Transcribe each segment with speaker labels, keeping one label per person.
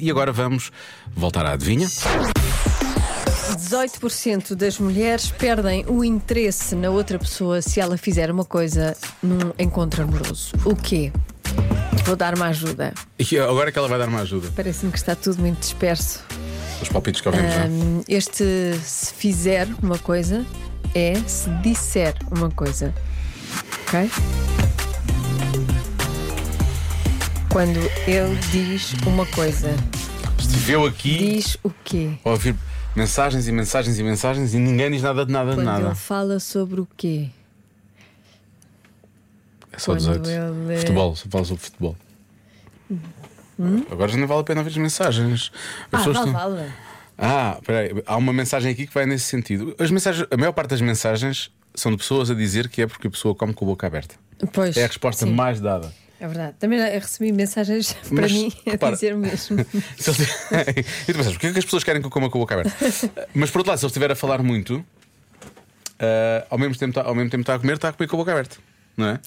Speaker 1: E agora vamos voltar à adivinha.
Speaker 2: 18% das mulheres perdem o interesse na outra pessoa se ela fizer uma coisa num encontro amoroso. O quê? Vou dar uma ajuda.
Speaker 1: E agora é que ela vai dar uma ajuda.
Speaker 2: Parece-me que está tudo muito disperso.
Speaker 1: Os palpites que ouvimos é? já.
Speaker 2: Hum, Este se fizer uma coisa é se disser uma coisa. Ok? Quando ele diz uma coisa,
Speaker 1: Estiveu aqui
Speaker 2: diz o quê?
Speaker 1: a ouvir mensagens e mensagens e mensagens e ninguém diz nada de nada de
Speaker 2: Quando
Speaker 1: nada.
Speaker 2: ele fala sobre o quê?
Speaker 1: É só
Speaker 2: quando
Speaker 1: 18.
Speaker 2: ele-
Speaker 1: Futebol, só fala sobre futebol. Agora já não vale a pena ouvir as mensagens. As
Speaker 2: Hum? Ah,
Speaker 1: pessoas
Speaker 2: vale,
Speaker 1: estão-
Speaker 2: vale.
Speaker 1: Ah, peraí, há uma mensagem aqui que vai nesse sentido. As mensagens, a maior parte das mensagens são de pessoas a dizer que é porque a pessoa come com a boca aberta.
Speaker 2: Pois,
Speaker 1: É a resposta
Speaker 2: sim,
Speaker 1: mais dada.
Speaker 2: É verdade. Também já recebi mensagens para
Speaker 1: Mas,
Speaker 2: mim a
Speaker 1: repara.
Speaker 2: dizer o mesmo.
Speaker 1: Se ele tiver- e tu pensas, porquê é que as pessoas querem que eu coma com a boca aberta? Mas por outro lado, se ele estiver a falar muito, ah, ao, mesmo tempo, tá- ao mesmo tempo está a comer, está a comer com a boca aberta, não é?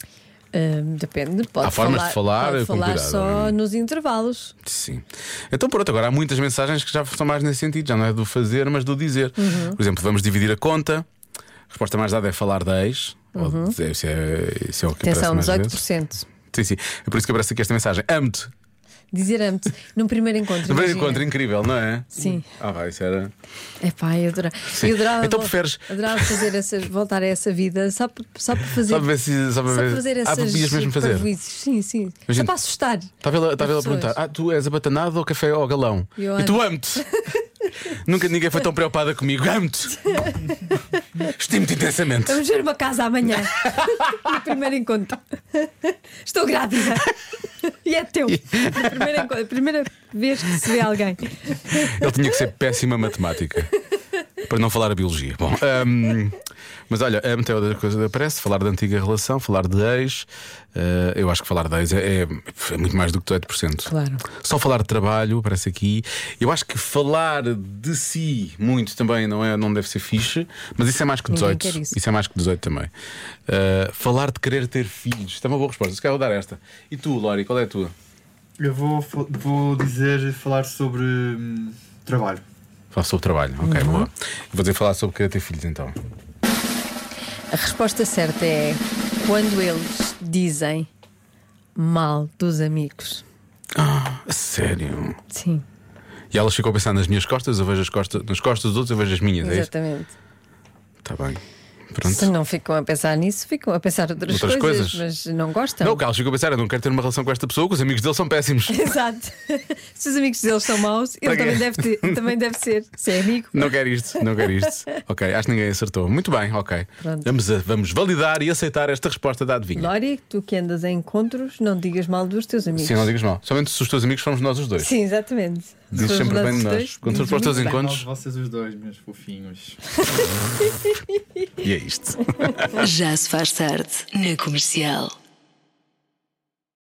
Speaker 2: Hum, depende, pode
Speaker 1: Há formas
Speaker 2: falar,
Speaker 1: de falar,
Speaker 2: pode
Speaker 1: com
Speaker 2: falar
Speaker 1: cuidado. é?
Speaker 2: só nos intervalos.
Speaker 1: Sim. Então pronto, agora há muitas mensagens que já são mais nesse sentido, já não é do fazer, mas do dizer. Por exemplo, vamos dividir a conta. A resposta mais dada é falar da ex. Ou de- isso, é, isso é o que
Speaker 2: Atenção,
Speaker 1: aparece mais vezes.
Speaker 2: 18%.
Speaker 1: Sim, sim. É por isso que aparece aqui esta mensagem. Amo-te.
Speaker 2: Dizer amo-te num primeiro encontro.
Speaker 1: No primeiro
Speaker 2: imagina.
Speaker 1: encontro, incrível, não é?
Speaker 2: Sim.
Speaker 1: Ah, vai, isso era.
Speaker 2: Epá, eu adorava.
Speaker 1: Sim.
Speaker 2: Eu adorava
Speaker 1: Então
Speaker 2: vol-
Speaker 1: preferes-
Speaker 2: adorava fazer essas, voltar a essa vida só por, só por fazer.
Speaker 1: Só para ver se. Só para
Speaker 2: só
Speaker 1: ver.
Speaker 2: por fazer
Speaker 1: ah,
Speaker 2: essas
Speaker 1: podias mesmo fazer.
Speaker 2: parvoíces. Sim, sim. Só
Speaker 1: Imagina.
Speaker 2: para assustar.
Speaker 1: Estava ela, estava ela a
Speaker 2: As pessoas.
Speaker 1: perguntar: Ah, tu és abatanado ou café ou galão?
Speaker 2: Eu
Speaker 1: e tu amo-te. Nunca ninguém foi tão preocupada comigo. Amo-te. Estimo-te intensamente.
Speaker 2: Vamos ver uma casa amanhã. no primeiro encontro. Estou grávida. E é teu. No primeiro encontro, primeira vez que se vê alguém.
Speaker 1: Ele tinha que ser péssima matemática. Para não falar a biologia. Bom, hum, mas olha, é muita outra coisa que aparece: falar da antiga relação, falar de ex. eh, eu acho que falar de ex é, é- é muito mais do que 18%.
Speaker 2: Claro.
Speaker 1: Só falar de trabalho, aparece aqui. Eu acho que falar de si muito também não, é, não deve ser fixe, mas isso é mais que
Speaker 2: Ninguém
Speaker 1: 18.
Speaker 2: quer isso.
Speaker 1: é mais que 18 também. Eh, falar de querer ter filhos, isto é uma boa resposta. Se calhar vou dar esta. E tu, Lori, qual é a tua?
Speaker 3: Eu vou, fa- vou dizer, falar sobre hum, trabalho.
Speaker 1: Falar sobre trabalho, ok,
Speaker 2: Uhum.
Speaker 1: boa. Vou dizer falar sobre querer ter filhos então.
Speaker 2: A resposta certa é quando eles dizem mal dos amigos.
Speaker 1: A Sério?
Speaker 2: Sim,
Speaker 1: E elas ficam a pensar nas minhas costas, eu vejo as costas, nas costas dos outros, eu vejo as minhas, é isso?
Speaker 2: exatamente.
Speaker 1: Está bem. Pronto.
Speaker 2: Se não ficam a pensar nisso, ficam a pensar outras,
Speaker 1: Outras
Speaker 2: coisas,
Speaker 1: coisas.
Speaker 2: mas não gostam.
Speaker 1: Não, o Carlos ficou a pensar, eu não quero ter uma relação com esta pessoa, que os amigos dele são péssimos.
Speaker 2: Exato. Se os amigos deles são maus, ele
Speaker 1: Para quê?
Speaker 2: também deve, ter- também deve ser. Se é amigo,
Speaker 1: Não quero isto, não quero isto. ok, acho que ninguém acertou. Muito bem, ok.
Speaker 2: Pronto.
Speaker 1: Vamos, a- vamos validar e aceitar esta resposta da adivinha.
Speaker 2: Lória, tu que andas em encontros, não digas mal dos teus amigos.
Speaker 1: Sim, não digas mal. Somente se os teus amigos somos nós os dois.
Speaker 2: Sim, exatamente.
Speaker 1: Diz
Speaker 2: Se
Speaker 1: sempre
Speaker 2: fores
Speaker 1: bem de
Speaker 2: dos
Speaker 1: nós.
Speaker 2: dois,
Speaker 1: Quando fores
Speaker 2: dizes
Speaker 1: para os teus
Speaker 2: muito bem.
Speaker 1: encontros.
Speaker 3: Vocês os dois, meus fofinhos.
Speaker 1: E é isto.
Speaker 4: Já se faz tarde na comercial.